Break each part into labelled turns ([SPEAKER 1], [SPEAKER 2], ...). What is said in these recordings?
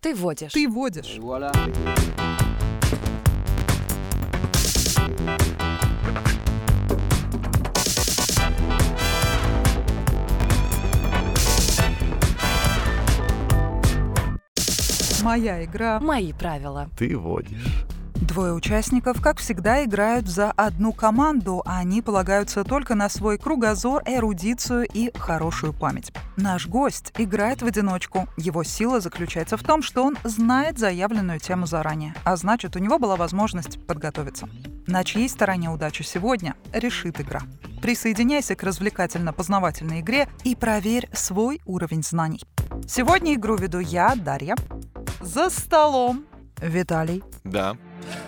[SPEAKER 1] Ты водишь.
[SPEAKER 2] Ты водишь. Моя игра.
[SPEAKER 1] Мои правила.
[SPEAKER 3] Ты водишь.
[SPEAKER 2] Двое участников, как всегда, играют за одну команду, а они полагаются только на свой кругозор, эрудицию и хорошую память. Наш гость играет в одиночку. Его сила заключается в том, что он знает заявленную тему заранее, а значит, у него была возможность подготовиться. На чьей стороне удача сегодня решит игра. Присоединяйся к развлекательно-познавательной игре и проверь свой уровень знаний. Сегодня игру веду я, Дарья. За столом Виталий,
[SPEAKER 3] Да.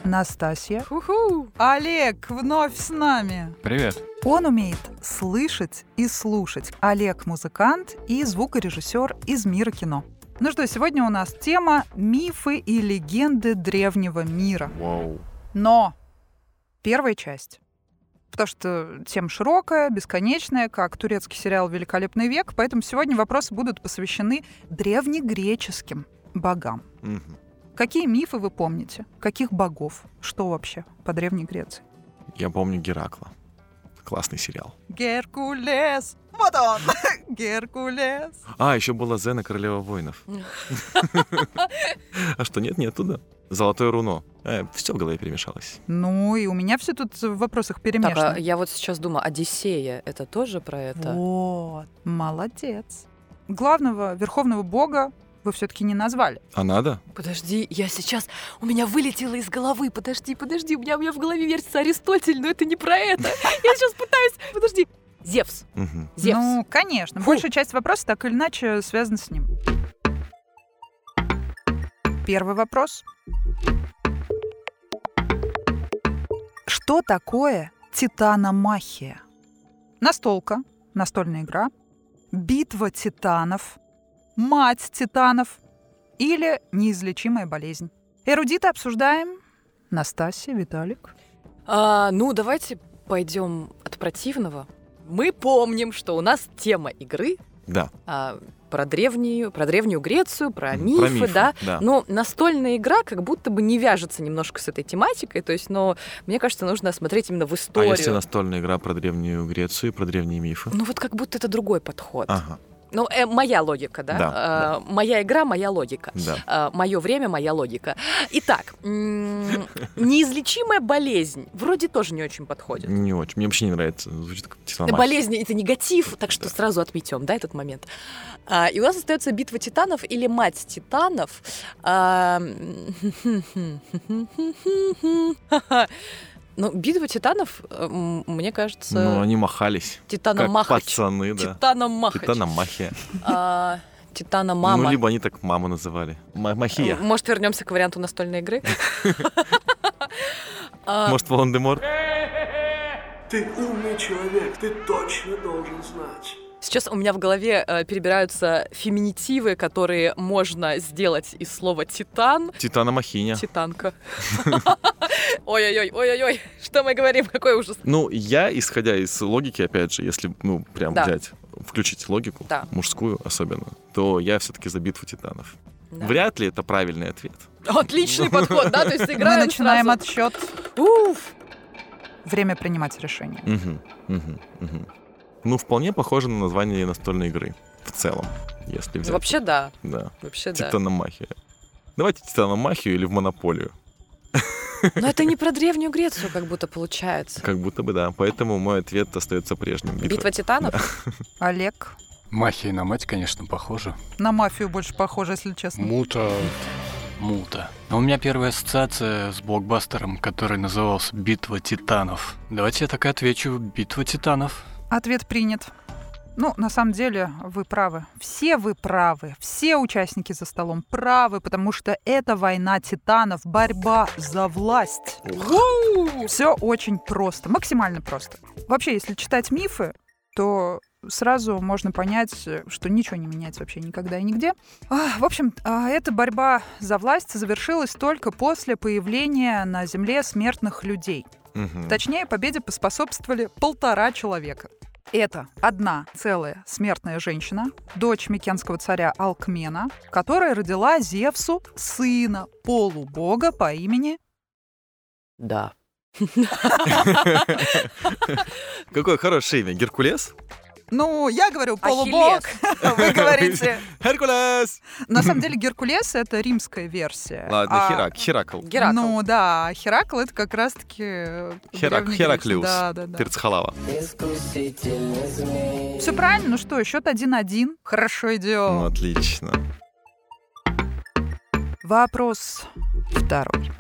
[SPEAKER 2] Настасья,
[SPEAKER 1] Уху!
[SPEAKER 2] Олег вновь с нами.
[SPEAKER 4] Привет.
[SPEAKER 2] Он умеет слышать и слушать. Олег – музыкант и звукорежиссер из мира кино. Ну что, сегодня у нас тема «Мифы и легенды древнего мира».
[SPEAKER 3] Вау.
[SPEAKER 2] Но первая часть. Потому что тема широкая, бесконечная, как турецкий сериал «Великолепный век», поэтому сегодня вопросы будут посвящены древнегреческим богам.
[SPEAKER 3] Мгм.
[SPEAKER 2] Какие мифы вы помните? Каких богов? Что вообще по Древней Греции?
[SPEAKER 3] Я помню Геракла. Классный сериал.
[SPEAKER 2] Геркулес! Вот он! Геркулес!
[SPEAKER 3] А, еще была Зена Королева воинов. А что, нет, не оттуда? Золотое руно. Все в голове перемешалось.
[SPEAKER 2] Ну и у меня все тут в вопросах
[SPEAKER 1] Так, а
[SPEAKER 2] перемешано.
[SPEAKER 1] я вот сейчас думаю, Одиссея это тоже про это?
[SPEAKER 2] Вот, молодец. Главного верховного бога вы все-таки не назвали.
[SPEAKER 3] А надо?
[SPEAKER 1] Подожди, я сейчас. У меня вылетело из головы. Подожди, подожди, у меня, у меня в голове вертится Аристотель, но это не про это. Я сейчас пытаюсь. Подожди. Зевс.
[SPEAKER 3] Мгм.
[SPEAKER 1] Зевс.
[SPEAKER 2] Ну, конечно.
[SPEAKER 1] Фу.
[SPEAKER 2] Большая часть вопросов так или иначе связана с ним. Первый вопрос. Что такое титаномахия? Настолка, настольная игра, битва титанов, мать титанов или неизлечимая болезнь. Эрудиты обсуждаем. Настасья, Виталик.
[SPEAKER 1] А, ну, давайте пойдем от противного. Мы помним, что у нас тема игры
[SPEAKER 3] Да.
[SPEAKER 1] а, про древнюю, про древнюю Грецию, про
[SPEAKER 3] Мгм.
[SPEAKER 1] А, мифы,
[SPEAKER 3] Про
[SPEAKER 1] да. Ну,
[SPEAKER 3] Да.
[SPEAKER 1] Но настольная игра как будто бы не вяжется немножко с этой тематикой, то есть, но мне кажется, нужно смотреть именно в
[SPEAKER 3] А
[SPEAKER 1] историю.
[SPEAKER 3] если настольная игра про древнюю Грецию и про древние мифы?
[SPEAKER 1] Ну вот как будто это другой подход.
[SPEAKER 3] Ага,
[SPEAKER 1] Ну, э, моя логика, да?
[SPEAKER 3] А. Да,
[SPEAKER 1] Э, Моя игра, моя логика.
[SPEAKER 3] да.
[SPEAKER 1] Мое время, моя логика. Итак, м, неизлечимая болезнь вроде тоже не очень подходит.
[SPEAKER 3] Не очень. Мне вообще не нравится. Звучит как
[SPEAKER 1] Это
[SPEAKER 3] титаномахия.
[SPEAKER 1] болезнь это негатив, так что
[SPEAKER 3] Да.
[SPEAKER 1] сразу отметем, да, этот момент. А, и у нас остается битва титанов или мать титанов. А, Ну, битва титанов, э, м, мне
[SPEAKER 3] Ну,
[SPEAKER 1] кажется,
[SPEAKER 3] они махались. Как
[SPEAKER 1] титаномахач.
[SPEAKER 3] пацаны, да.
[SPEAKER 1] Титаномахач.
[SPEAKER 3] Титаномахия.
[SPEAKER 1] А, Титаномама.
[SPEAKER 3] Ну, либо они так маму называли. Ма- Махия.
[SPEAKER 1] М, Может, вернемся к варианту настольной игры? А,
[SPEAKER 3] Может, Волан-де-Мор?
[SPEAKER 5] Ты умный человек, ты точно должен знать.
[SPEAKER 1] Сейчас у меня в голове э, перебираются феминитивы, которые можно сделать из слова «титан».
[SPEAKER 3] Титаномахиня.
[SPEAKER 1] Титанка. Ой-ой-ой, ой-ой-ой, что мы говорим, какой ужас.
[SPEAKER 3] Ну, я, исходя из логики, опять же, если, ну, прям
[SPEAKER 1] Да.
[SPEAKER 3] взять, включить логику,
[SPEAKER 1] Да.
[SPEAKER 3] мужскую особенно, то я все-таки за битву титанов.
[SPEAKER 1] Да.
[SPEAKER 3] Вряд ли это правильный ответ.
[SPEAKER 1] Отличный подход, да? То есть
[SPEAKER 2] Мы
[SPEAKER 1] играем
[SPEAKER 2] начинаем
[SPEAKER 1] сразу.
[SPEAKER 2] отсчет.
[SPEAKER 1] Уф.
[SPEAKER 2] Время принимать решение.
[SPEAKER 3] Мгм, мгм, мгм. Ну, вполне похоже на название настольной игры в целом, если взять.
[SPEAKER 1] Ну, Вообще да,
[SPEAKER 3] Да.
[SPEAKER 1] вообще да.
[SPEAKER 3] Титаномахия. Давайте титаномахию или в монополию.
[SPEAKER 1] Но это не про Древнюю Грецию как будто получается.
[SPEAKER 3] Как будто бы да. Поэтому мой ответ остается прежним.
[SPEAKER 1] Битва титанов?
[SPEAKER 2] Олег.
[SPEAKER 4] Махия на мать, конечно, похожа.
[SPEAKER 2] На мафию больше похоже, если честно.
[SPEAKER 4] Мута. Мута. Но у меня первая ассоциация с блокбастером, который назывался «Битва титанов». Давайте я так и отвечу «Битва титанов».
[SPEAKER 2] Ответ принят. Ну, на самом деле, вы правы. Все вы правы. Все участники за столом правы, потому что это война титанов, борьба за власть. Все очень просто, максимально просто. Вообще, если читать мифы, то сразу можно понять, э, что ничего не меняется вообще никогда и нигде. А, в общем, а, эта борьба за власть завершилась только после появления на Земле смертных людей.
[SPEAKER 3] Мгм.
[SPEAKER 2] Точнее, победе поспособствовали полтора человека. Это одна целая смертная женщина, дочь микенского царя Алкмена, которая родила Зевсу сына полубога по имени...
[SPEAKER 1] Да.
[SPEAKER 3] Какое хорошее имя. Геркулес?
[SPEAKER 2] Ну, я говорю полубог, вы говорите.
[SPEAKER 3] Геркулес!
[SPEAKER 2] На самом деле Геркулес — это римская версия.
[SPEAKER 3] Ладно,
[SPEAKER 2] А-
[SPEAKER 3] Херак, Херакл.
[SPEAKER 1] Геракл.
[SPEAKER 2] Ну да, Херакл это как раз-таки... э,
[SPEAKER 3] Херак-
[SPEAKER 2] древнегреческий.
[SPEAKER 3] Хераклеус.
[SPEAKER 2] Да, да, да.
[SPEAKER 3] Перцхалава.
[SPEAKER 2] Все правильно, ну что, счет 1-1. Хорошо
[SPEAKER 3] Ну,
[SPEAKER 2] идет.
[SPEAKER 3] отлично.
[SPEAKER 2] Вопрос второй.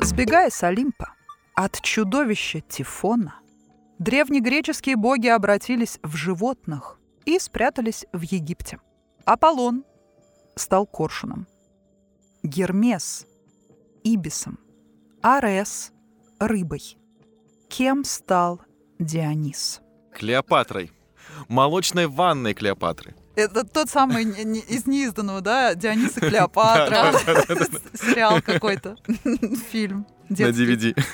[SPEAKER 2] Сбегая с Олимпа от чудовища Тифона, древнегреческие боги обратились в животных и спрятались в Египте. Аполлон стал коршуном, Гермес – ибисом, Арес – рыбой. Кем стал Дионис?
[SPEAKER 3] Клеопатрой. Молочной ванной Клеопатры.
[SPEAKER 2] Это тот самый не- не- из неизданного, да, Дионис и Клеопатра. Сериал какой-то, фильм.
[SPEAKER 3] На
[SPEAKER 2] детский.
[SPEAKER 3] DVD.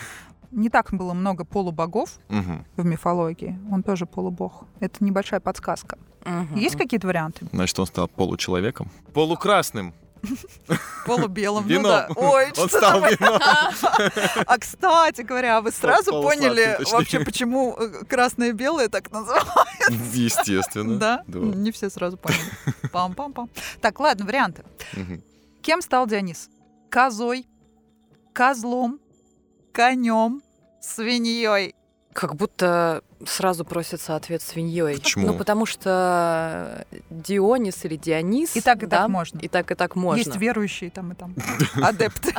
[SPEAKER 2] Не так было много полубогов
[SPEAKER 3] Мгм.
[SPEAKER 2] в мифологии. Он тоже полубог. Это небольшая подсказка.
[SPEAKER 1] Мгм.
[SPEAKER 2] Есть какие-то варианты?
[SPEAKER 3] Значит, он стал получеловеком. Полукрасным.
[SPEAKER 2] Полубелым.
[SPEAKER 3] Вином.
[SPEAKER 2] Ну да. Ой, что
[SPEAKER 3] Он стал
[SPEAKER 2] там?
[SPEAKER 3] вином.
[SPEAKER 2] А кстати говоря, вы сразу
[SPEAKER 3] полусладкий,
[SPEAKER 2] поняли
[SPEAKER 3] точнее.
[SPEAKER 2] вообще, почему э, красное и белое так называют?
[SPEAKER 3] Естественно.
[SPEAKER 2] Да? Не все сразу поняли. Пам-пам-пам. Так, ладно, варианты.
[SPEAKER 3] Мгм.
[SPEAKER 2] Кем стал Дионис? Козой, козлом, конем, свиньей.
[SPEAKER 1] Как будто сразу просится ответ свиньей.
[SPEAKER 3] Почему?
[SPEAKER 1] Ну, потому что Дионис или Дионис.
[SPEAKER 2] И так, и
[SPEAKER 1] да,
[SPEAKER 2] так можно.
[SPEAKER 1] И так, и так можно.
[SPEAKER 2] Есть верующие там и там. Адепты.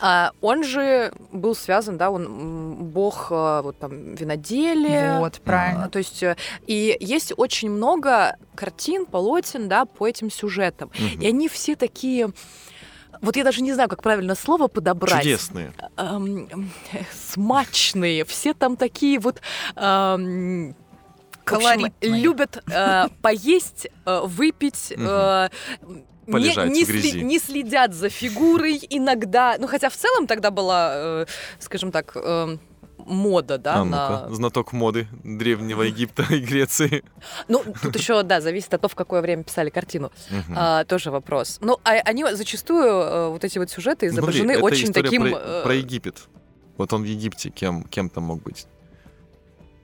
[SPEAKER 1] А, он же был связан, да, он м, бог а, вот там виноделия.
[SPEAKER 2] Вот,
[SPEAKER 1] А,
[SPEAKER 2] правильно.
[SPEAKER 1] То есть, э, и есть очень много картин, полотен, да, по этим сюжетам.
[SPEAKER 3] Мгм.
[SPEAKER 1] И они все такие... Вот я даже не знаю, как правильно слово подобрать.
[SPEAKER 3] Чудесные.
[SPEAKER 1] Эм, эм, смачные, все там такие вот... эм, в общем,
[SPEAKER 2] Колоритные.
[SPEAKER 1] любят э, поесть, э, выпить, э, не-
[SPEAKER 3] Полежать
[SPEAKER 1] не,
[SPEAKER 3] в грязи.
[SPEAKER 1] не следят за фигурой иногда. Ну, хотя в целом тогда была, э, скажем так, эм, мода, да,
[SPEAKER 3] А
[SPEAKER 1] на...
[SPEAKER 3] ну-ка, знаток моды Древнего Египта и Греции.
[SPEAKER 1] Ну, тут еще, да, зависит от того, в какое время писали картину.
[SPEAKER 3] Мгм.
[SPEAKER 1] А, тоже вопрос. Ну, а они зачастую, э, вот эти вот сюжеты,
[SPEAKER 3] Ну, смотри,
[SPEAKER 1] изображены
[SPEAKER 3] это
[SPEAKER 1] очень
[SPEAKER 3] история
[SPEAKER 1] таким...
[SPEAKER 3] про,
[SPEAKER 1] э,
[SPEAKER 3] про Египет. Вот он в Египте кем кем там мог быть?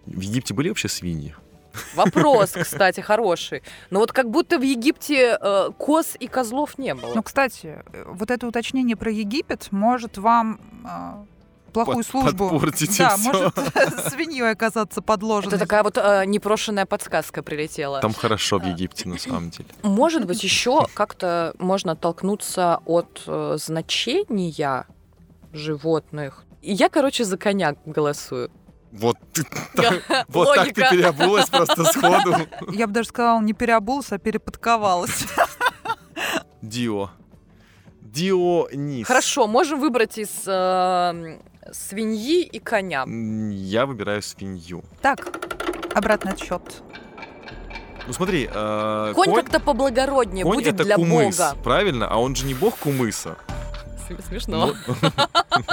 [SPEAKER 3] В Египте были вообще свиньи?
[SPEAKER 1] Вопрос, кстати, хороший. Но вот как будто в Египте э, коз и козлов не было.
[SPEAKER 2] Ну, кстати, э, вот это уточнение про Египет может вам э, плохую
[SPEAKER 3] Под-
[SPEAKER 2] службу.
[SPEAKER 3] подпортить
[SPEAKER 2] да,
[SPEAKER 3] всё.
[SPEAKER 2] может свиньей оказаться подложенной.
[SPEAKER 1] Это такая вот э, непрошенная подсказка прилетела.
[SPEAKER 3] Там хорошо в
[SPEAKER 1] А.
[SPEAKER 3] Египте, на самом деле.
[SPEAKER 1] Может быть, еще как-то можно оттолкнуться от э, значения животных. И я, короче, за коня голосую.
[SPEAKER 3] Вот, ты- вот так ты
[SPEAKER 1] Логика.
[SPEAKER 3] переобулась просто сходу.
[SPEAKER 2] Я бы даже сказала, не переобулась, а переподковалась.
[SPEAKER 3] Дио. Дионис.
[SPEAKER 1] Хорошо, можем выбрать из э, свиньи и коня.
[SPEAKER 3] М, Я выбираю свинью.
[SPEAKER 2] Так, обратный отсчет.
[SPEAKER 3] Ну смотри, э,
[SPEAKER 1] Конь, как-то поблагороднее
[SPEAKER 3] конь
[SPEAKER 1] будет
[SPEAKER 3] это
[SPEAKER 1] для
[SPEAKER 3] кумыс,
[SPEAKER 1] бога.
[SPEAKER 3] правильно? А он же не бог кумыса.
[SPEAKER 1] См- Смешно.
[SPEAKER 3] Ну,
[SPEAKER 1] Но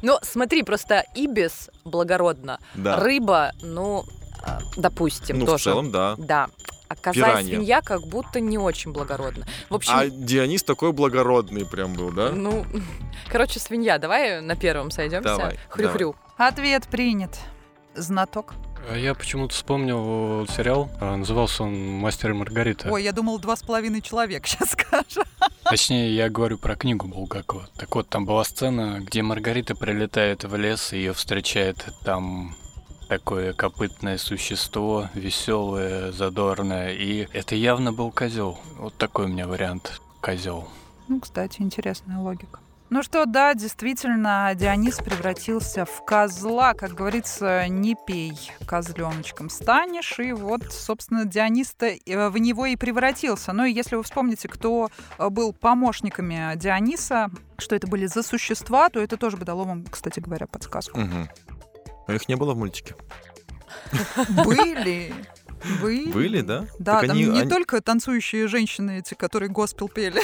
[SPEAKER 1] Ну, смотри, просто ибис благородно,
[SPEAKER 3] Да.
[SPEAKER 1] рыба, ну, а, допустим,
[SPEAKER 3] ну, в
[SPEAKER 1] тоже.
[SPEAKER 3] целом, да.
[SPEAKER 1] Да. А коза и
[SPEAKER 3] Пиранья.
[SPEAKER 1] свинья как будто не очень благородно. В общем,
[SPEAKER 3] А Дионис такой благородный прям был, да?
[SPEAKER 1] ну, короче, свинья, давай на первом сойдемся.
[SPEAKER 3] Давай,
[SPEAKER 1] Хрю-хрю.
[SPEAKER 2] Ответ принят. Знаток.
[SPEAKER 4] А Я почему-то вспомнил э, сериал, а, назывался он «Мастер и Маргарита».
[SPEAKER 2] Ой, я думал, два с половиной человек сейчас скажет.
[SPEAKER 4] Точнее, я говорю про книгу Булгакова. Так вот, там была сцена, где Маргарита прилетает в лес, и ее встречает там такое копытное существо, веселое, задорное, и это явно был козел. Вот такой у меня вариант козел.
[SPEAKER 2] Ну, кстати, интересная логика. Ну что, да, действительно, Дионис превратился в козла. Как говорится, не пей, козленочком станешь. И вот, собственно, Дионис-то э, в него и превратился. Ну и если вы вспомните, кто э, был помощниками Диониса, что это были за существа, то это тоже бы дало вам, кстати говоря, подсказку.
[SPEAKER 3] Мгм. А их не было в мультике.
[SPEAKER 2] Были. Были?
[SPEAKER 3] Были, да?
[SPEAKER 2] Да,
[SPEAKER 3] Так
[SPEAKER 2] там
[SPEAKER 3] они-
[SPEAKER 2] не
[SPEAKER 3] они-
[SPEAKER 2] только танцующие женщины эти, которые госпел пели.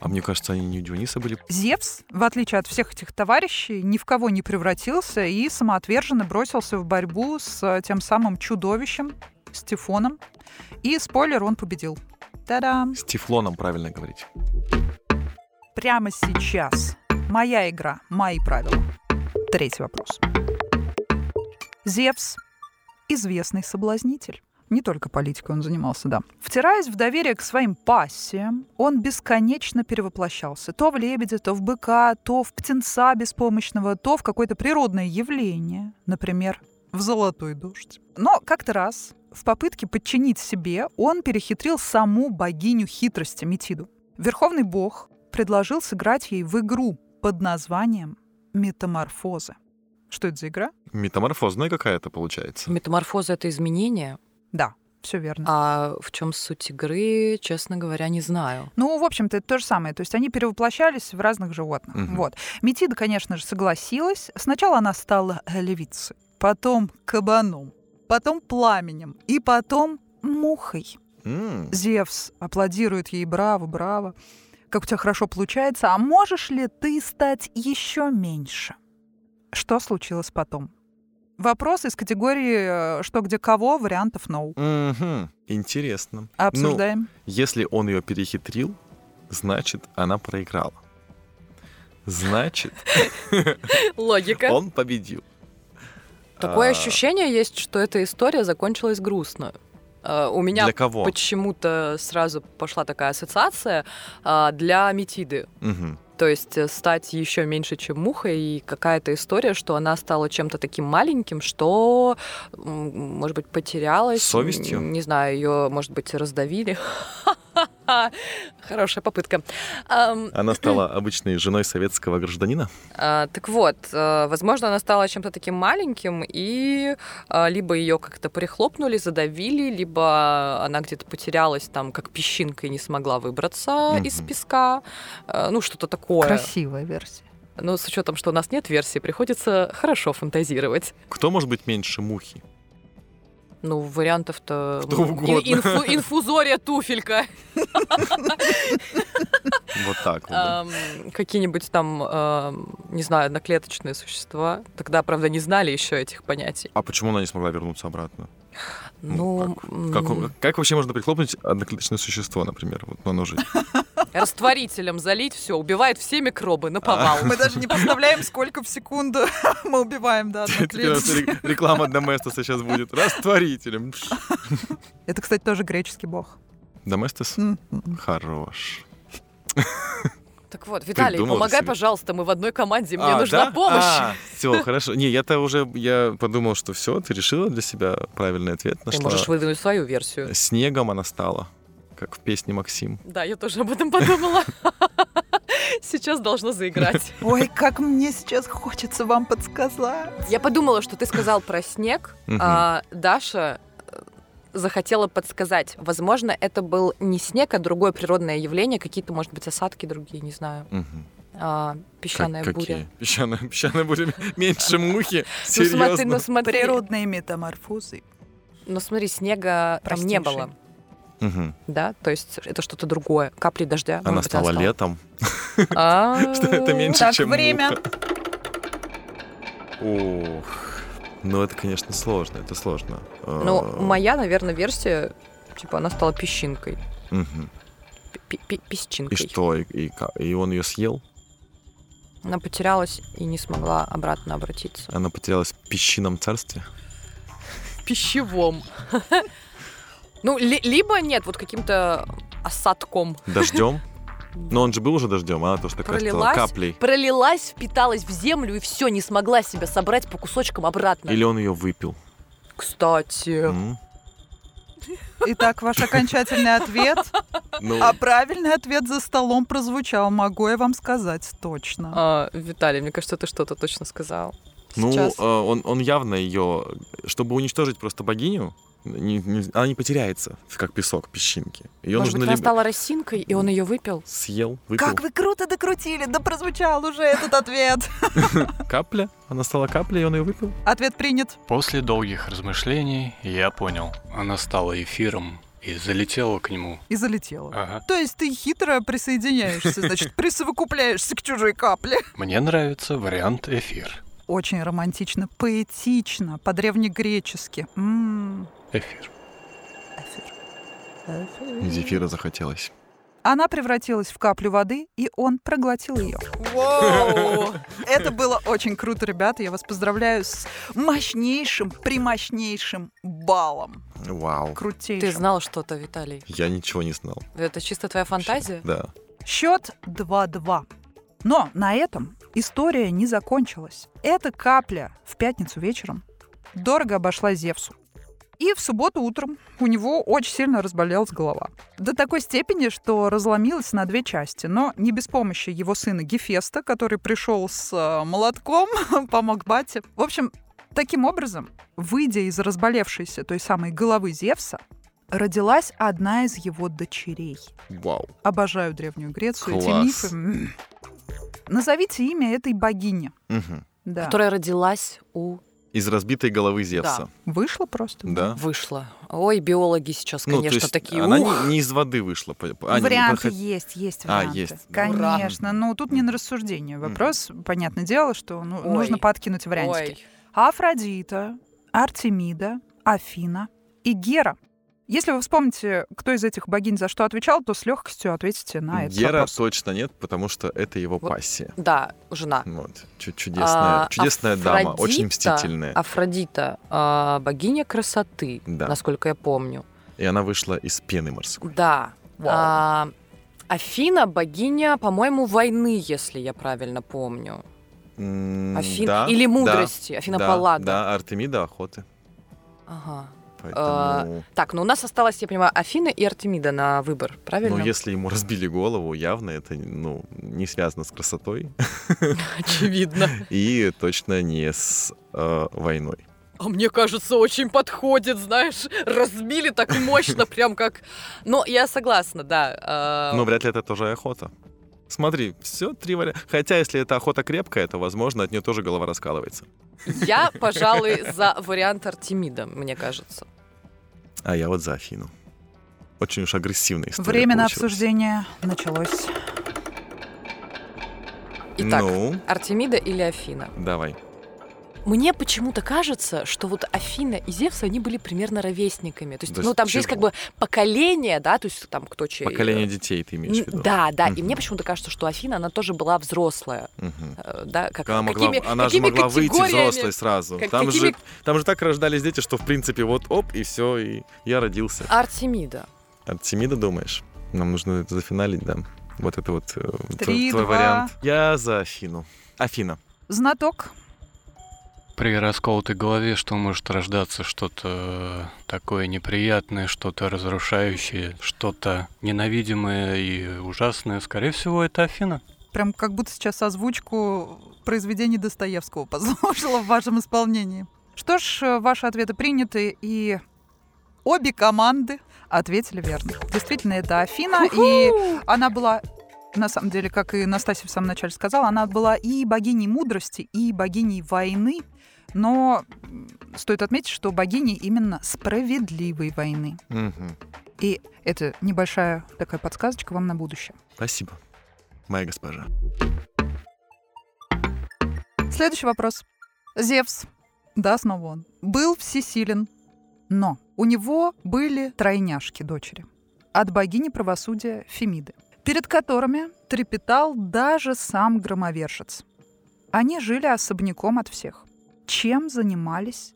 [SPEAKER 3] А мне кажется, они не у Диониса были.
[SPEAKER 2] Зевс, в отличие от всех этих товарищей, ни в кого не превратился и самоотверженно бросился в борьбу с э, тем самым чудовищем, с Тифоном. И, спойлер, он победил. Та-дам!
[SPEAKER 3] С Тефлоном, правильно говорить.
[SPEAKER 2] Прямо сейчас. Моя игра, мои правила. Третий вопрос. Зевс – известный соблазнитель. Не только политикой он занимался, да. Втираясь в доверие к своим пассиям, он бесконечно перевоплощался. То в лебедя, то в быка, то в птенца беспомощного, то в какое-то природное явление. Например, в золотой дождь. Но как-то раз в попытке подчинить себе он перехитрил саму богиню хитрости Метиду. Верховный бог предложил сыграть ей в игру под названием «Метаморфозы». Что это за игра?
[SPEAKER 3] Метаморфозная какая-то получается.
[SPEAKER 1] Метаморфоза — это изменение.
[SPEAKER 2] Да, все верно.
[SPEAKER 1] А в чем суть игры, честно говоря, не знаю.
[SPEAKER 2] Ну, в общем-то, это то же самое. То есть они перевоплощались в разных животных.
[SPEAKER 3] Мгм.
[SPEAKER 2] Вот. Метида, конечно же, согласилась. Сначала она стала левицей, потом кабаном, потом пламенем и потом мухой.
[SPEAKER 3] М,
[SPEAKER 2] Зевс аплодирует ей «Браво, браво! Как у тебя хорошо получается! А можешь ли ты стать еще меньше?» Что случилось потом? Вопрос из категории э, «Что, где, кого?» вариантов
[SPEAKER 3] Ну,
[SPEAKER 2] «No».
[SPEAKER 3] мгм, Интересно.
[SPEAKER 2] Обсуждаем.
[SPEAKER 3] Если он ее перехитрил, значит, она проиграла. Значит,
[SPEAKER 1] Логика.
[SPEAKER 3] он победил.
[SPEAKER 1] Такое
[SPEAKER 3] А,
[SPEAKER 1] ощущение есть, что эта история закончилась грустно. Э, У меня
[SPEAKER 3] Для кого?
[SPEAKER 1] почему-то сразу пошла такая ассоциация а, для Метиды.
[SPEAKER 3] Мгм.
[SPEAKER 1] То есть э, стать еще меньше, чем муха, и какая-то история, что она стала чем-то таким маленьким, что, м, может быть, потерялась.
[SPEAKER 3] Совестью?
[SPEAKER 1] М, Не знаю, ее, может быть, раздавили. Хорошая попытка. Ам,
[SPEAKER 3] Она стала обычной женой советского гражданина.
[SPEAKER 1] а, Так вот, э, возможно, она стала чем-то таким маленьким, и а, либо ее как-то прихлопнули, задавили, либо она где-то потерялась там, как песчинка, и не смогла выбраться из
[SPEAKER 3] Мгм.
[SPEAKER 1] песка. Э, Ну, что-то такое.
[SPEAKER 2] Красивая версия.
[SPEAKER 1] Но с учетом, что у нас нет версии, приходится хорошо фантазировать.
[SPEAKER 3] Кто может быть меньше мухи?
[SPEAKER 1] Ну, вариантов-то...
[SPEAKER 3] Кто
[SPEAKER 1] м, и-
[SPEAKER 3] угодно.
[SPEAKER 1] инфу- инфузория туфелька.
[SPEAKER 3] Вот так вот. да.
[SPEAKER 1] Эм, Какие-нибудь там, эм, не знаю, одноклеточные существа. Тогда, правда, не знали еще этих понятий.
[SPEAKER 3] А почему она не смогла вернуться обратно?
[SPEAKER 1] Ну,
[SPEAKER 3] Ну, Как,
[SPEAKER 1] м,
[SPEAKER 3] как вообще можно прихлопнуть одноклеточное существо, например? Вот оно же
[SPEAKER 1] растворителем залить, все, убивает все микробы на повал.
[SPEAKER 3] А.
[SPEAKER 2] Мы даже не представляем, сколько в секунду мы убиваем, да,
[SPEAKER 3] Теперь у нас
[SPEAKER 2] одноклеточных.
[SPEAKER 3] рек- реклама Доместоса сейчас будет. Растворителем. Пш.
[SPEAKER 2] Это, кстати, тоже греческий бог.
[SPEAKER 3] Доместос?
[SPEAKER 2] М-м.
[SPEAKER 3] Хорош.
[SPEAKER 1] Так вот, Виталий,
[SPEAKER 3] Придумал
[SPEAKER 1] помогай,
[SPEAKER 3] себе.
[SPEAKER 1] пожалуйста, мы в одной команде, мне
[SPEAKER 3] А,
[SPEAKER 1] нужна
[SPEAKER 3] да?
[SPEAKER 1] помощь.
[SPEAKER 3] все, хорошо. Не, я-то уже я подумал, что все, ты решила для себя правильный ответ.
[SPEAKER 1] Ты
[SPEAKER 3] Нашла.
[SPEAKER 1] можешь выдвинуть свою
[SPEAKER 3] Э.
[SPEAKER 1] версию.
[SPEAKER 3] Снегом она стала, как в песне Максим.
[SPEAKER 1] Да, я тоже об этом подумала. Сейчас должно заиграть.
[SPEAKER 2] Ой, как мне сейчас хочется вам подсказать.
[SPEAKER 1] Я подумала, что ты сказал про снег,
[SPEAKER 3] Мгм.
[SPEAKER 1] а Даша э, захотела подсказать. Возможно, это был не снег, а другое природное явление, какие-то, может быть, осадки другие, не знаю.
[SPEAKER 3] Мгм.
[SPEAKER 1] А, песчаная
[SPEAKER 3] Как-
[SPEAKER 1] буря.
[SPEAKER 3] какие? Песчаная, песчаная буря меньше мухи.
[SPEAKER 1] Ну смотри, ну
[SPEAKER 3] Серьезно.
[SPEAKER 1] смотри,
[SPEAKER 2] Природные метаморфозы.
[SPEAKER 1] но смотри, снега там не
[SPEAKER 2] Простейшие.
[SPEAKER 1] было,
[SPEAKER 3] Мгм.
[SPEAKER 1] да? То есть это что-то другое, капли дождя.
[SPEAKER 3] Она стала
[SPEAKER 1] лет.
[SPEAKER 3] летом.
[SPEAKER 1] Что
[SPEAKER 3] Что это
[SPEAKER 1] А,
[SPEAKER 3] меньше,
[SPEAKER 2] Так,
[SPEAKER 3] чем
[SPEAKER 2] время.
[SPEAKER 3] муха. Ох. Ну, это, конечно, сложно. Это сложно.
[SPEAKER 1] Ну,
[SPEAKER 3] Э,
[SPEAKER 1] моя, наверное, версия, типа, она стала песчинкой.
[SPEAKER 3] мгм.
[SPEAKER 1] Пе- пе-
[SPEAKER 3] И
[SPEAKER 1] Песчинкой.
[SPEAKER 3] что? И, и ка- и он ее съел?
[SPEAKER 1] Она потерялась и не смогла обратно обратиться.
[SPEAKER 3] Она потерялась в песчином царстве?
[SPEAKER 1] пищевом. Ну, ли- либо нет, вот каким-то осадком.
[SPEAKER 3] Дождем? Но он же был уже дождем, она тоже такая стала
[SPEAKER 1] Пролилась?
[SPEAKER 3] каплей.
[SPEAKER 1] Пролилась, впиталась в землю и все, не смогла себя собрать по кусочкам обратно.
[SPEAKER 3] Или он ее выпил?
[SPEAKER 1] Кстати,
[SPEAKER 3] М?
[SPEAKER 2] Итак, ваш окончательный ответ.
[SPEAKER 3] Ну,
[SPEAKER 2] А правильный ответ за столом прозвучал, могу я вам сказать точно.
[SPEAKER 1] а, Виталий, мне кажется, ты что-то точно сказал.
[SPEAKER 3] ну,
[SPEAKER 1] Сейчас.
[SPEAKER 3] э, он, он явно ее... Чтобы уничтожить просто богиню, Не- не- она не потеряется, как песок, песчинки. Ее
[SPEAKER 1] Может быть, она
[SPEAKER 3] нужно либо
[SPEAKER 1] стала росинкой, и он ее выпил?
[SPEAKER 3] съел, выпил.
[SPEAKER 2] Как вы круто докрутили! Да прозвучал уже этот ответ.
[SPEAKER 3] Капля. Она стала каплей, и он ее выпил.
[SPEAKER 2] Ответ принят.
[SPEAKER 4] После долгих размышлений я понял. Она стала эфиром и залетела к нему.
[SPEAKER 2] И залетела.
[SPEAKER 4] Ага.
[SPEAKER 2] То есть ты хитро присоединяешься, значит, присовокупляешься к чужой капле.
[SPEAKER 4] Мне нравится вариант эфир.
[SPEAKER 2] Очень романтично, поэтично, по-древнегречески. М-м. М,
[SPEAKER 4] Эфир.
[SPEAKER 2] эфир. Эфир.
[SPEAKER 3] Зефира захотелось.
[SPEAKER 2] Она превратилась в каплю воды, и он проглотил ее. Это было очень круто, ребята. Я вас поздравляю с мощнейшим, примощнейшим балом.
[SPEAKER 3] Вау.
[SPEAKER 1] Ты
[SPEAKER 2] Крутейшим.
[SPEAKER 1] знал что-то, Виталий.
[SPEAKER 3] Я ничего не знал.
[SPEAKER 1] Это чисто твоя фантазия?
[SPEAKER 3] Да.
[SPEAKER 2] Счет 2-2. Но на этом история не закончилась. Эта капля в пятницу вечером дорого обошла Зевсу. И в субботу утром у него очень сильно разболелась голова. До такой степени, что разломилась на две части. Но не без помощи его сына Гефеста, который пришел с э, молотком, помог бате. В общем, таким образом, выйдя из разболевшейся той самой головы Зевса, родилась одна из его дочерей.
[SPEAKER 3] Вау.
[SPEAKER 2] Обожаю Древнюю Грецию,
[SPEAKER 3] Класс.
[SPEAKER 2] эти мифы. М. Назовите имя этой богини.
[SPEAKER 3] Мгм.
[SPEAKER 2] Да.
[SPEAKER 1] Которая родилась у...
[SPEAKER 3] Из разбитой головы Зевса.
[SPEAKER 2] Вышла просто.
[SPEAKER 3] Да.
[SPEAKER 1] Вышла. Ой, биологи сейчас,
[SPEAKER 3] Ну, то
[SPEAKER 1] конечно,
[SPEAKER 3] есть
[SPEAKER 1] такие...
[SPEAKER 3] Она
[SPEAKER 1] ух.
[SPEAKER 3] не, не из воды вышла. по- по- а, не,
[SPEAKER 2] варианты
[SPEAKER 3] проход-
[SPEAKER 2] есть, есть
[SPEAKER 3] А,
[SPEAKER 2] варианты.
[SPEAKER 3] есть. Ну,
[SPEAKER 2] Конечно, ну тут не на рассуждение. Вопрос, понятное дело, что ну,
[SPEAKER 1] Ой.
[SPEAKER 2] нужно подкинуть вариантики.
[SPEAKER 1] Ой.
[SPEAKER 2] Афродита, Артемида, Афина и Гера. Если вы вспомните, кто из этих богинь за что отвечал, то с легкостью ответите на этот
[SPEAKER 3] Гера
[SPEAKER 2] вопрос.
[SPEAKER 3] точно нет, потому что это его
[SPEAKER 1] Вот.
[SPEAKER 3] пассия.
[SPEAKER 1] Да, жена.
[SPEAKER 3] Вот. Чу- Чудесная,
[SPEAKER 1] А,
[SPEAKER 3] чудесная дама,
[SPEAKER 1] Афродита-
[SPEAKER 3] очень мстительная.
[SPEAKER 1] Афродита, а, богиня красоты,
[SPEAKER 3] Да.
[SPEAKER 1] насколько я помню.
[SPEAKER 3] И она вышла из пены морской.
[SPEAKER 1] Да.
[SPEAKER 2] Вау.
[SPEAKER 1] А, Афина богиня, по-моему, войны, если я правильно помню.
[SPEAKER 3] М,
[SPEAKER 1] Афин...
[SPEAKER 3] да,
[SPEAKER 1] Или
[SPEAKER 3] да,
[SPEAKER 1] мудрости. Афина
[SPEAKER 3] да,
[SPEAKER 1] Паллада.
[SPEAKER 3] Да, Артемида охоты.
[SPEAKER 1] Ага.
[SPEAKER 3] Поэтому,
[SPEAKER 1] Так, ну у нас осталось, я понимаю, Афина и Артемида на выбор, правильно?
[SPEAKER 3] ну, если ему разбили голову, явно это ну, не связано с красотой
[SPEAKER 1] Очевидно.
[SPEAKER 3] и точно не с э, войной.
[SPEAKER 1] А мне кажется, очень подходит, знаешь, разбили так мощно, прям как... Но я согласна, да. э,
[SPEAKER 3] Но вряд ли это тоже охота. Смотри, все три варианта. Хотя, если эта охота крепкая, то, возможно, от нее тоже голова раскалывается.
[SPEAKER 1] Я, пожалуй, за вариант Артемида, мне кажется.
[SPEAKER 3] А я вот за Афину. Очень уж агрессивная история
[SPEAKER 2] Время на
[SPEAKER 3] получилась.
[SPEAKER 2] обсуждение началось.
[SPEAKER 1] Итак,
[SPEAKER 3] Ну,
[SPEAKER 1] Артемида или Афина?
[SPEAKER 3] давай.
[SPEAKER 1] Мне почему-то кажется, что вот Афина и Зевс, они были примерно ровесниками. То есть,
[SPEAKER 3] Да
[SPEAKER 1] ну, там же
[SPEAKER 3] чего?
[SPEAKER 1] есть как бы поколение, да, то есть там кто чей.
[SPEAKER 3] Поколение детей ты имеешь в
[SPEAKER 1] Э, Н-
[SPEAKER 3] виду?
[SPEAKER 1] Да, да. И
[SPEAKER 3] Мгм.
[SPEAKER 1] мне почему-то кажется, что Афина, она тоже была взрослая.
[SPEAKER 3] Мгм.
[SPEAKER 1] э, Да, как,
[SPEAKER 3] Она, могла,
[SPEAKER 1] какими,
[SPEAKER 3] она же
[SPEAKER 1] какими
[SPEAKER 3] могла выйти
[SPEAKER 1] категориями-
[SPEAKER 3] взрослой сразу.
[SPEAKER 1] как-
[SPEAKER 3] там,
[SPEAKER 1] какими-
[SPEAKER 3] же, там же так рождались дети, что в принципе вот оп, и все, и я родился.
[SPEAKER 1] Артемида.
[SPEAKER 3] От Семида думаешь? Нам нужно это зафиналить, да. Вот это вот э,
[SPEAKER 2] Три,
[SPEAKER 3] твой, твой
[SPEAKER 2] два.
[SPEAKER 3] вариант. Я за Афину. Афина.
[SPEAKER 2] Знаток
[SPEAKER 4] При расколотой голове что может рождаться что-то э, такое неприятное, что-то разрушающее, что-то ненавидимое и ужасное. Скорее всего, это Афина.
[SPEAKER 2] Прям как будто сейчас озвучку произведений Достоевского послушала в вашем исполнении. Что ж, э, ваши ответы приняты, и обе команды ответили верно. Действительно, это Афина, и она была, на самом деле, как и Настасья в самом начале сказала, она была и богиней мудрости, и богиней войны, но м, стоит отметить, что богиней именно справедливой войны.
[SPEAKER 3] Мгм.
[SPEAKER 2] И это небольшая такая подсказочка вам на будущее.
[SPEAKER 3] Спасибо, моя госпожа.
[SPEAKER 2] Следующий вопрос. Зевс. Да, снова он. Был всесилен, но у него были тройняшки дочери от богини правосудия Фемиды, перед которыми трепетал даже сам громовержец. Они жили особняком от всех. Чем занимались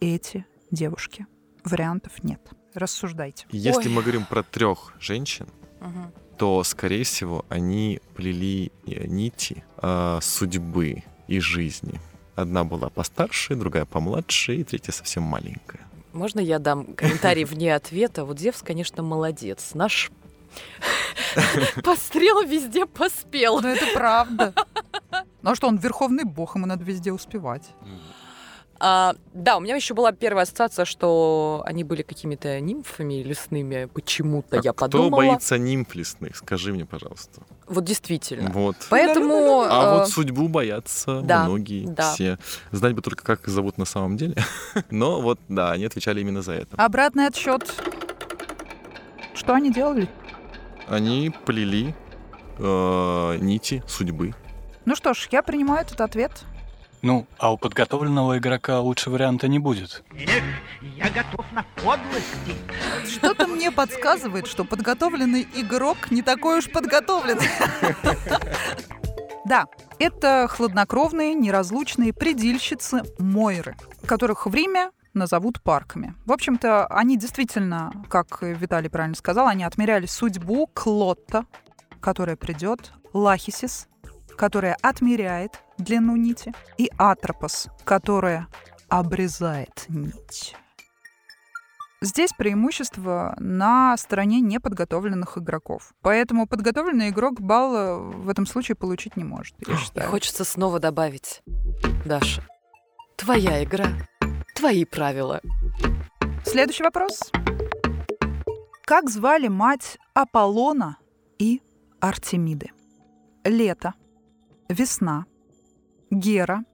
[SPEAKER 2] эти девушки? Вариантов нет. Рассуждайте.
[SPEAKER 3] Если
[SPEAKER 1] Ой.
[SPEAKER 3] мы говорим про трех женщин,
[SPEAKER 1] Мгм.
[SPEAKER 3] то, скорее всего, они плели э, нити э, судьбы и жизни. Одна была постарше, другая помладше, и третья совсем маленькая.
[SPEAKER 1] Можно я дам комментарий вне ответа? Вот Зевс, конечно, молодец. Наш пострел везде поспел.
[SPEAKER 2] Но это правда. Ну а что, он верховный бог, ему надо везде успевать.
[SPEAKER 1] А, да, у меня еще была первая ассоциация, что они были какими-то нимфами лесными. Почему-то
[SPEAKER 3] А
[SPEAKER 1] я
[SPEAKER 3] кто
[SPEAKER 1] подумала.
[SPEAKER 3] боится нимф лесных? Скажи мне, пожалуйста.
[SPEAKER 1] Вот действительно.
[SPEAKER 3] Вот.
[SPEAKER 1] Поэтому.
[SPEAKER 3] А
[SPEAKER 1] э,
[SPEAKER 3] вот судьбу боятся
[SPEAKER 1] да,
[SPEAKER 3] многие,
[SPEAKER 1] да.
[SPEAKER 3] все. Знать бы только, как их зовут на самом деле. Но вот, да, они отвечали именно за это.
[SPEAKER 2] Обратный отсчет. Что они делали?
[SPEAKER 3] Они плели э, нити судьбы.
[SPEAKER 2] Ну что ж, я принимаю этот ответ.
[SPEAKER 4] Ну, а у подготовленного игрока лучше варианта не будет.
[SPEAKER 6] Эх, я готов на подлости.
[SPEAKER 2] Что-то мне подсказывает, что подготовленный игрок не такой уж подготовленный. Да, это хладнокровные, неразлучные предильщицы Мойры, которых в Риме назовут парками. В общем-то, они действительно, как Виталий правильно сказал, они отмеряли судьбу Клотта, которая придет, Лахисис, которая отмеряет длину нити, и Атропос, которая обрезает нить. Здесь преимущество на стороне неподготовленных игроков. Поэтому подготовленный игрок балла в этом случае получить не может, я
[SPEAKER 1] И
[SPEAKER 2] считаю.
[SPEAKER 1] хочется снова добавить. Даша, твоя игра, твои правила.
[SPEAKER 2] Следующий вопрос. Как звали мать Аполлона и Артемиды? Лето, весна, Гера,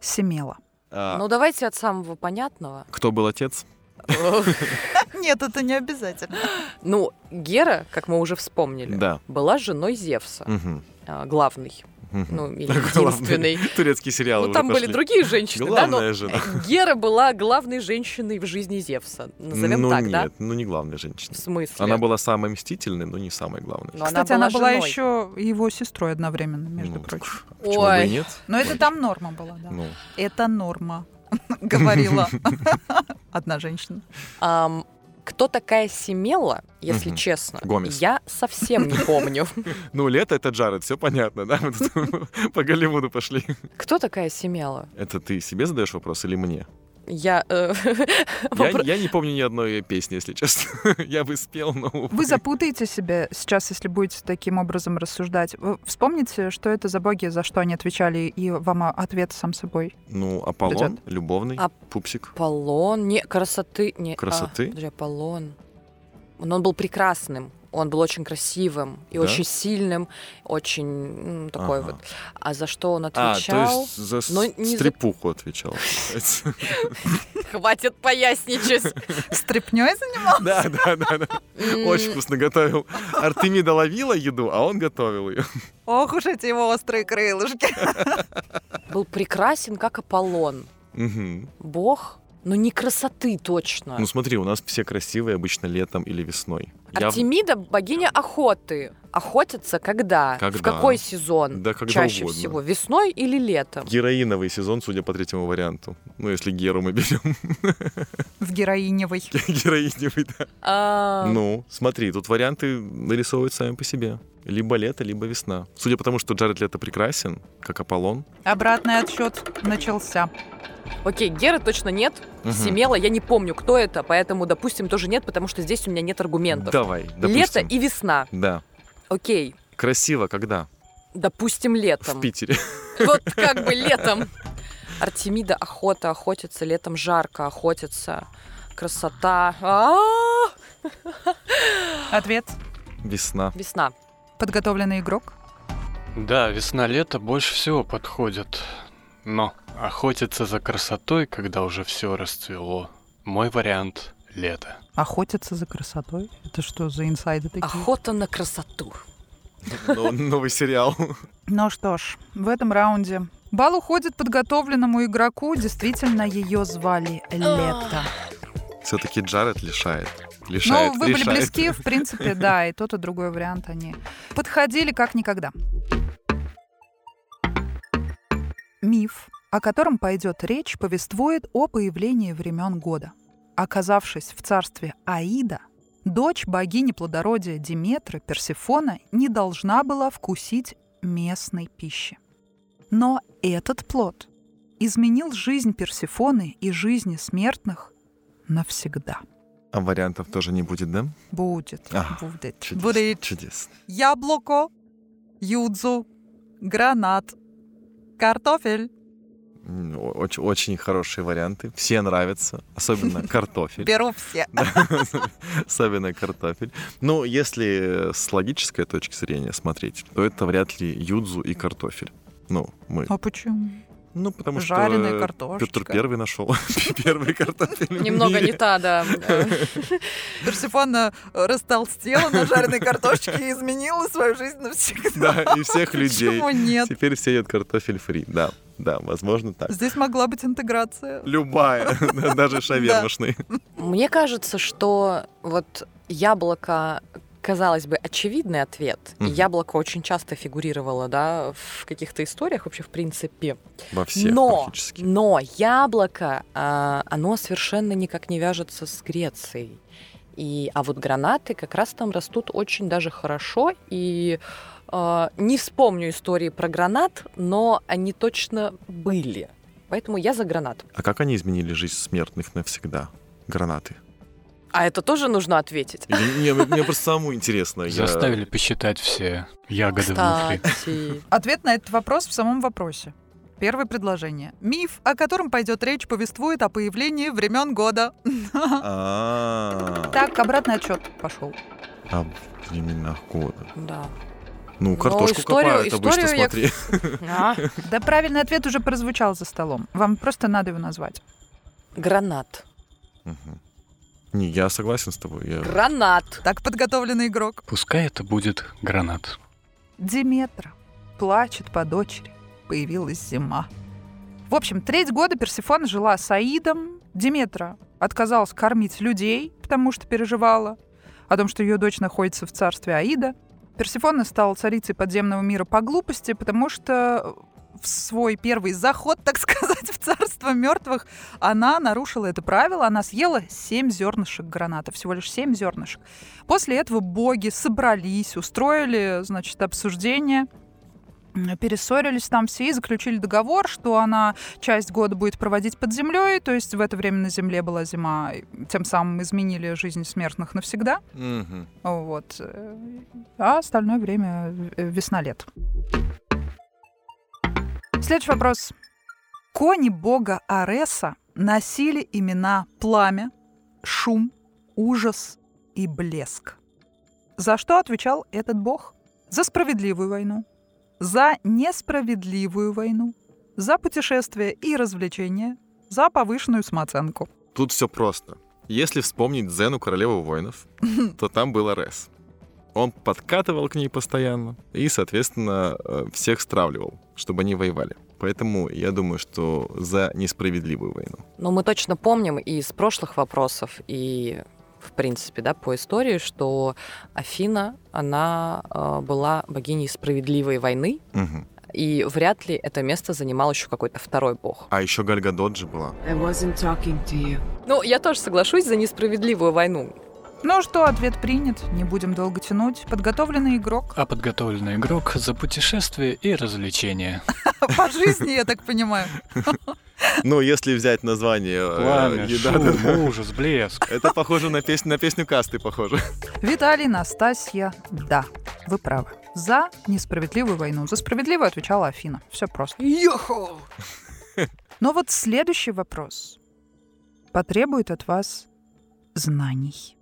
[SPEAKER 2] Семела.
[SPEAKER 3] А
[SPEAKER 1] Ну, давайте от самого понятного.
[SPEAKER 3] Кто был отец?
[SPEAKER 2] Нет, это не обязательно.
[SPEAKER 1] Ну, Гера, как мы уже вспомнили,
[SPEAKER 3] Да.
[SPEAKER 1] была женой Зевса,
[SPEAKER 3] Мгм.
[SPEAKER 1] а, главной,
[SPEAKER 3] Мгм.
[SPEAKER 1] ну, или
[SPEAKER 3] Главный
[SPEAKER 1] единственной.
[SPEAKER 3] Турецкий сериал.
[SPEAKER 1] Ну, там были другие женщины, да, но
[SPEAKER 3] Главная жена.
[SPEAKER 1] Гера была главной женщиной в жизни Зевса. Назовем
[SPEAKER 3] ну
[SPEAKER 1] так,
[SPEAKER 3] нет,
[SPEAKER 1] да?
[SPEAKER 3] ну не главная
[SPEAKER 1] В
[SPEAKER 3] женщина.
[SPEAKER 1] смысле?
[SPEAKER 3] Она была самой мстительной, но не самой главной.
[SPEAKER 1] Но
[SPEAKER 2] Кстати, она была,
[SPEAKER 1] женой.
[SPEAKER 2] еще его сестрой одновременно, между
[SPEAKER 3] Ну,
[SPEAKER 2] прочим.
[SPEAKER 3] а Почему бы
[SPEAKER 1] Ой.
[SPEAKER 3] и нет?
[SPEAKER 2] Но это там норма была, да.
[SPEAKER 3] Ну,
[SPEAKER 2] Это норма, говорила одна женщина.
[SPEAKER 1] Ам, кто такая Семела, если
[SPEAKER 3] Мгм.
[SPEAKER 1] честно?
[SPEAKER 3] Гомес.
[SPEAKER 1] Я совсем не помню.
[SPEAKER 3] ну, лето это Джаред, все понятно, да? Мы тут По Голливуду пошли.
[SPEAKER 1] Кто такая Семела?
[SPEAKER 3] Это ты себе задаешь вопрос или мне?
[SPEAKER 1] Я... э,
[SPEAKER 3] Я,
[SPEAKER 1] вопро-
[SPEAKER 3] я не помню ни одной её песни, если честно. Я бы спел, но...
[SPEAKER 2] Вы запутаете себя сейчас, если будете таким образом рассуждать. Вы Вспомните, что это за боги, за что они отвечали, и вам а, ответ сам собой.
[SPEAKER 3] Ну, Аполлон, любовный,
[SPEAKER 1] А-
[SPEAKER 3] пупсик.
[SPEAKER 1] Аполлон, не, красоты, не. а,
[SPEAKER 3] Красоты?
[SPEAKER 1] подожди, Аполлон. Но он был прекрасным, он был очень красивым и
[SPEAKER 3] Да?
[SPEAKER 1] очень сильным, очень м, такой
[SPEAKER 3] Ага.
[SPEAKER 1] вот. А за что он
[SPEAKER 3] А, то
[SPEAKER 1] отвечал?
[SPEAKER 3] есть за с-
[SPEAKER 1] но не за-
[SPEAKER 3] стрепуху отвечал. получается.
[SPEAKER 1] Хватит поясничать.
[SPEAKER 2] Стрепнёй занимался?
[SPEAKER 3] Да, да, да. да.
[SPEAKER 1] М,
[SPEAKER 3] Очень вкусно готовил. Артемида ловила еду, а он готовил ее.
[SPEAKER 2] Ох уж эти его острые крылышки.
[SPEAKER 1] Был прекрасен, как Аполлон.
[SPEAKER 3] Мгм.
[SPEAKER 1] Бог, но не красоты точно.
[SPEAKER 3] Ну смотри, у нас все красивые обычно летом или весной. Я в-
[SPEAKER 1] Артемида богиня охоты. Охотится когда?
[SPEAKER 3] Когда?
[SPEAKER 1] В какой сезон?
[SPEAKER 3] Да, когда
[SPEAKER 1] Чаще
[SPEAKER 3] угодно.
[SPEAKER 1] всего весной или летом?
[SPEAKER 3] Героиновый сезон, судя по третьему варианту. Ну, если Геру мы берем.
[SPEAKER 2] В героиневой.
[SPEAKER 3] Героиневый, да.
[SPEAKER 1] А,
[SPEAKER 3] Ну, смотри, тут варианты нарисовывают сами по себе. Либо лето, либо весна. Судя по тому, что Джаред Лето прекрасен, как Аполлон.
[SPEAKER 2] Обратный отсчет начался.
[SPEAKER 1] Окей, Геры точно нет.
[SPEAKER 3] Мгм.
[SPEAKER 1] Семела, я не помню, кто это, поэтому, допустим, тоже нет, потому что здесь у меня нет аргументов.
[SPEAKER 3] Давай, допустим.
[SPEAKER 1] Лето и весна.
[SPEAKER 3] Да.
[SPEAKER 1] Окей,
[SPEAKER 3] Красиво когда?
[SPEAKER 1] допустим, летом.
[SPEAKER 3] В Питере.
[SPEAKER 1] Вот как бы летом. Артемида охота, охотится, летом жарко, охотится. Красота. А, А-а-а!
[SPEAKER 2] Ответ.
[SPEAKER 3] Весна.
[SPEAKER 1] Весна.
[SPEAKER 2] Подготовленный игрок.
[SPEAKER 4] Да, весна-лето больше всего подходят. Но охотиться за красотой, когда уже все расцвело, мой вариант — лето.
[SPEAKER 2] Охотится за красотой. Это что за инсайды такие?
[SPEAKER 1] Охота на красоту.
[SPEAKER 3] Но- Новый сериал.
[SPEAKER 2] Ну что ж, в этом раунде Бал уходит подготовленному игроку. Действительно, ее звали Лето.
[SPEAKER 3] Все-таки Джаред лишает. Лишает,
[SPEAKER 2] Ну, вы были
[SPEAKER 3] лишает.
[SPEAKER 2] близки, в принципе, да, и тот, и другой вариант они подходили как никогда. Миф, о котором пойдет речь, повествует о появлении времен года. Оказавшись в царстве Аида, дочь богини плодородия Диметры Персифона не должна была вкусить местной пищи. Но этот плод изменил жизнь Персифоны и жизни смертных навсегда.
[SPEAKER 3] А вариантов тоже не будет, да?
[SPEAKER 2] Будет,
[SPEAKER 3] Ага.
[SPEAKER 2] будет.
[SPEAKER 3] Чудесно.
[SPEAKER 2] Будет.
[SPEAKER 3] Чудесно.
[SPEAKER 2] Яблоко, юдзу, гранат, картофель.
[SPEAKER 3] Очень, очень хорошие варианты. Все нравятся, особенно картофель.
[SPEAKER 2] Беру все.
[SPEAKER 3] Особенно картофель. Ну, если с логической точки зрения смотреть, то это вряд ли юдзу и картофель. Ну, мы.
[SPEAKER 2] А почему?
[SPEAKER 3] Ну, потому
[SPEAKER 2] Жареная
[SPEAKER 3] что
[SPEAKER 2] картошечка.
[SPEAKER 3] Петр Первый нашел первый картофель. в
[SPEAKER 1] Немного
[SPEAKER 3] мире.
[SPEAKER 1] не та, да.
[SPEAKER 2] Персифона э, растолстела на жареной картошке и изменила свою жизнь навсегда.
[SPEAKER 3] Да, и всех людей. Типа.
[SPEAKER 2] Почему нет?
[SPEAKER 3] Теперь все едят картофель фри. Да, да, возможно так.
[SPEAKER 2] Здесь могла быть интеграция.
[SPEAKER 3] Любая, даже шавермашный.
[SPEAKER 1] Мне кажется, что вот яблоко казалось бы, очевидный ответ. И
[SPEAKER 3] Мгм.
[SPEAKER 1] яблоко очень часто фигурировало, да, в каких-то историях вообще, в принципе.
[SPEAKER 3] Во всех
[SPEAKER 1] но,
[SPEAKER 3] практически.
[SPEAKER 1] но яблоко, а, оно совершенно никак не вяжется с Грецией. И, а вот гранаты как раз там растут очень даже хорошо. И а, не вспомню истории про гранат, но они точно были. Поэтому я за гранат.
[SPEAKER 3] А как они изменили жизнь смертных навсегда? Гранаты.
[SPEAKER 1] А это тоже нужно ответить.
[SPEAKER 3] Или- не, мне мне просто самому интересно. я-
[SPEAKER 4] Заставили посчитать все ягоды внутри.
[SPEAKER 1] Кстати.
[SPEAKER 2] Ответ на этот вопрос в самом вопросе. Первое предложение. Миф, о котором пойдет речь, повествует о появлении времен года.
[SPEAKER 3] А,
[SPEAKER 2] Так, обратный отчет пошел.
[SPEAKER 3] О временах года.
[SPEAKER 1] Да.
[SPEAKER 3] Ну,
[SPEAKER 1] Ну,
[SPEAKER 3] картошку
[SPEAKER 1] историю-
[SPEAKER 3] копают обычно,
[SPEAKER 1] историю я-
[SPEAKER 3] смотри.
[SPEAKER 1] А?
[SPEAKER 2] Да, правильный ответ уже прозвучал за столом. Вам просто надо его назвать.
[SPEAKER 1] Гранат.
[SPEAKER 3] Мгм. Не, я согласен с тобой. я-
[SPEAKER 1] Гранат.
[SPEAKER 2] Так подготовленный игрок.
[SPEAKER 4] Пускай это будет гранат.
[SPEAKER 2] Диметра плачет по дочери. Появилась зима. В общем, треть года Персифона жила с Аидом. Диметра отказалась кормить людей, потому что переживала о том, что ее дочь находится в царстве Аида. Персифона стала царицей подземного мира по глупости, потому что в свой первый заход, так сказать, в царство мертвых, она нарушила это правило. Она съела семь зернышек граната, всего лишь семь зернышек. После этого боги собрались, устроили, значит, обсуждение, м, перессорились там все и заключили договор, что она часть года будет проводить под землей, то есть в это время на земле была зима, и тем самым изменили жизнь смертных навсегда,
[SPEAKER 3] Мгм.
[SPEAKER 2] вот, э, а остальное время э, весна-лет. Следующий вопрос. Кони бога Ареса носили имена Пламя, Шум, Ужас и Блеск. За что отвечал этот бог? За справедливую войну, за несправедливую войну, за путешествия и развлечения, за повышенную самооценку.
[SPEAKER 3] Тут все просто. Если вспомнить Зену Королеву Воинов, то там был Арес. Он подкатывал к ней постоянно и, соответственно, э, всех стравливал, чтобы они воевали. Поэтому я думаю, что за несправедливую войну.
[SPEAKER 1] Но мы точно помним и из прошлых вопросов, и в принципе, да, по истории, что Афина, она э, была богиней справедливой войны,
[SPEAKER 3] Мгм.
[SPEAKER 1] и вряд ли это место занимал еще какой-то второй бог.
[SPEAKER 3] А еще Гальга Доджи была.
[SPEAKER 7] I wasn't talking to you.
[SPEAKER 1] Ну, я тоже соглашусь за несправедливую войну.
[SPEAKER 2] Ну что, ответ принят, не будем долго тянуть. Подготовленный игрок.
[SPEAKER 4] А подготовленный игрок за путешествие и развлечения.
[SPEAKER 2] По жизни, я так понимаю.
[SPEAKER 3] Ну, если взять название... э,
[SPEAKER 4] Пламя,
[SPEAKER 3] еда,
[SPEAKER 4] шум,
[SPEAKER 3] да, да.
[SPEAKER 4] ужас, блеск.
[SPEAKER 3] Это похоже на песню, на песню касты, похоже.
[SPEAKER 2] Виталий, Настасья, да, вы правы. За несправедливую войну. За справедливую отвечала Афина. Все просто.
[SPEAKER 1] Йохо!
[SPEAKER 2] Но вот следующий вопрос потребует от вас знаний.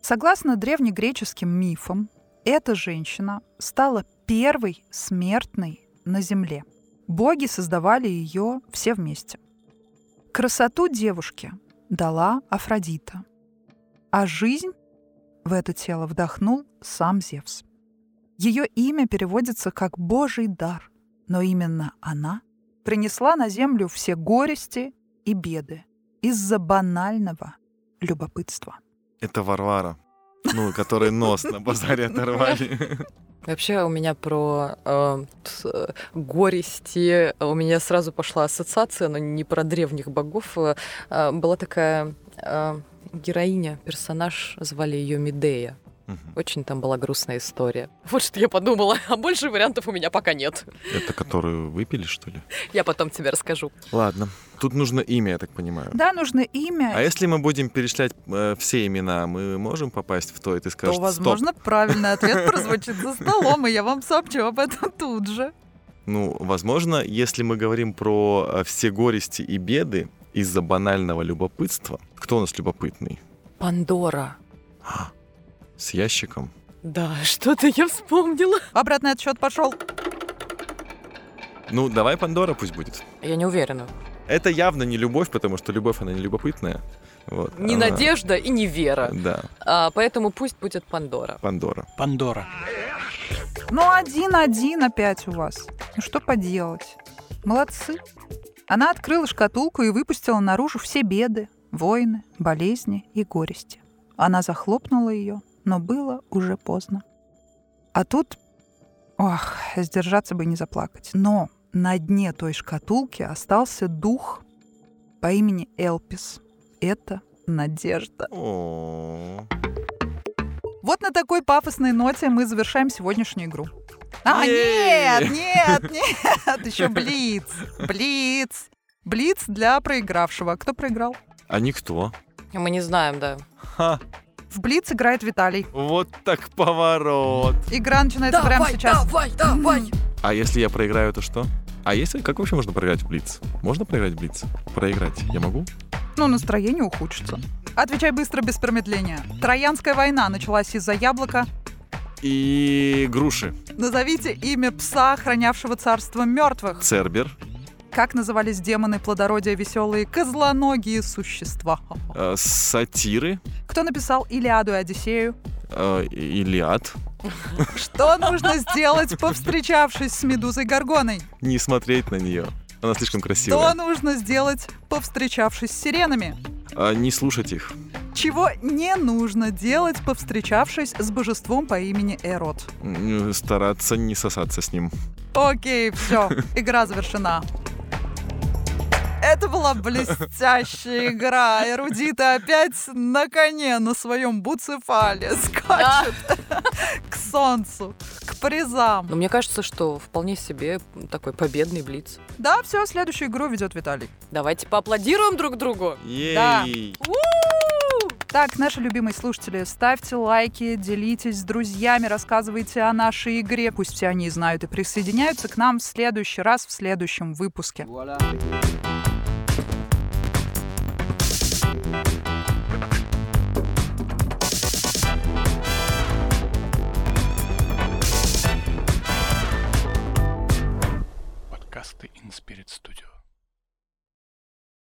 [SPEAKER 2] Согласно древнегреческим мифам, эта женщина стала первой смертной на Земле. Боги создавали ее все вместе. Красоту девушке дала Афродита, а жизнь в это тело вдохнул сам Зевс. Ее имя переводится как «божий дар», но именно она принесла на землю все горести и беды из-за банального любопытства.
[SPEAKER 3] Это Варвара. Ну, который нос на базаре оторвали.
[SPEAKER 1] Вообще у меня про э, т- э, горести, э, у меня сразу пошла ассоциация, но не про древних богов. э, э, была такая э, героиня, персонаж, звали ее Медея.
[SPEAKER 3] Мгм.
[SPEAKER 1] Очень там была грустная история. Вот что я подумала, а больше вариантов у меня пока нет.
[SPEAKER 3] Это которую выпили, что ли?
[SPEAKER 1] Я потом тебе расскажу.
[SPEAKER 3] Ладно. Тут нужно имя, я так понимаю.
[SPEAKER 2] Да, нужно имя,
[SPEAKER 3] А если мы будем перечислять э, все имена, мы можем попасть в то, и ты скажешь,
[SPEAKER 2] то, возможно, правильный ответ прозвучит за столом, и я вам сообщу об этом тут же.
[SPEAKER 3] стоп. Ну, возможно, если мы говорим про э, все горести и беды из-за банального любопытства, кто у нас любопытный?
[SPEAKER 1] Пандора.
[SPEAKER 3] С ящиком.
[SPEAKER 1] Да, что-то я вспомнила.
[SPEAKER 2] Обратный отсчет пошел.
[SPEAKER 3] Ну, давай Пандора пусть будет.
[SPEAKER 1] Я не уверена.
[SPEAKER 3] Это явно не любовь, потому что любовь, она не любопытная. Вот,
[SPEAKER 1] Не
[SPEAKER 3] она-
[SPEAKER 1] надежда и не вера.
[SPEAKER 3] Да,
[SPEAKER 1] А, поэтому пусть будет Пандора.
[SPEAKER 3] Пандора.
[SPEAKER 4] Пандора.
[SPEAKER 2] Ну, один-один опять у вас. Ну, что поделать? Молодцы. Она открыла шкатулку и выпустила наружу все беды, войны, болезни и горести. Она захлопнула ее, но было уже поздно. А тут... Ох, сдержаться бы и не заплакать. Но на дне той шкатулки остался дух по имени Элпис. Это надежда.
[SPEAKER 3] О,
[SPEAKER 2] Вот на такой пафосной ноте мы завершаем сегодняшнюю игру. А,
[SPEAKER 3] Ей!
[SPEAKER 2] нет, нет, нет, еще Блиц, Блиц. Блиц для проигравшего. Кто проиграл?
[SPEAKER 3] А никто.
[SPEAKER 1] Мы не знаем, да.
[SPEAKER 3] Ха,
[SPEAKER 2] В Блиц играет Виталий.
[SPEAKER 3] вот так поворот.
[SPEAKER 2] Игра начинается прямо сейчас.
[SPEAKER 1] давай, давай!
[SPEAKER 3] А если я проиграю, то что? А если как вообще можно проиграть в Блиц? Можно проиграть в Блиц? Проиграть я могу?
[SPEAKER 2] Ну, настроение ухудшится. Отвечай быстро, без промедления. Троянская война началась из-за яблока.
[SPEAKER 3] И груши.
[SPEAKER 2] Назовите имя пса, хранявшего царство мертвых.
[SPEAKER 3] Цербер,
[SPEAKER 2] Как назывались демоны плодородия веселые козлоногие существа?
[SPEAKER 3] э, сатиры,
[SPEAKER 2] Кто написал Илиаду и Одиссею?
[SPEAKER 3] э, Илиад.
[SPEAKER 2] Что нужно сделать, повстречавшись с Медузой Горгоной?
[SPEAKER 3] Не смотреть на нее. Она слишком
[SPEAKER 2] Что
[SPEAKER 3] красивая.
[SPEAKER 2] нужно сделать, повстречавшись с сиренами?
[SPEAKER 3] А, не слушать их.
[SPEAKER 2] Чего не нужно делать, повстречавшись с божеством по имени Эрот?
[SPEAKER 3] М, Стараться не сосаться с ним.
[SPEAKER 2] Окей, все, игра завершена. Это была блестящая игра. Эрудиты опять на коне на своем буцефале скачут к солнцу, к призам.
[SPEAKER 1] Но мне кажется, что вполне себе такой победный блиц.
[SPEAKER 2] Да, все, следующую игру ведет Виталий.
[SPEAKER 1] Давайте поаплодируем друг другу.
[SPEAKER 2] Да.
[SPEAKER 3] Ей!
[SPEAKER 2] Так, наши любимые слушатели, ставьте лайки, делитесь с друзьями, рассказывайте о нашей игре. Пусть все они знают и присоединяются к нам в следующий раз, в следующем выпуске.
[SPEAKER 4] Подкасты InSpirit Studio.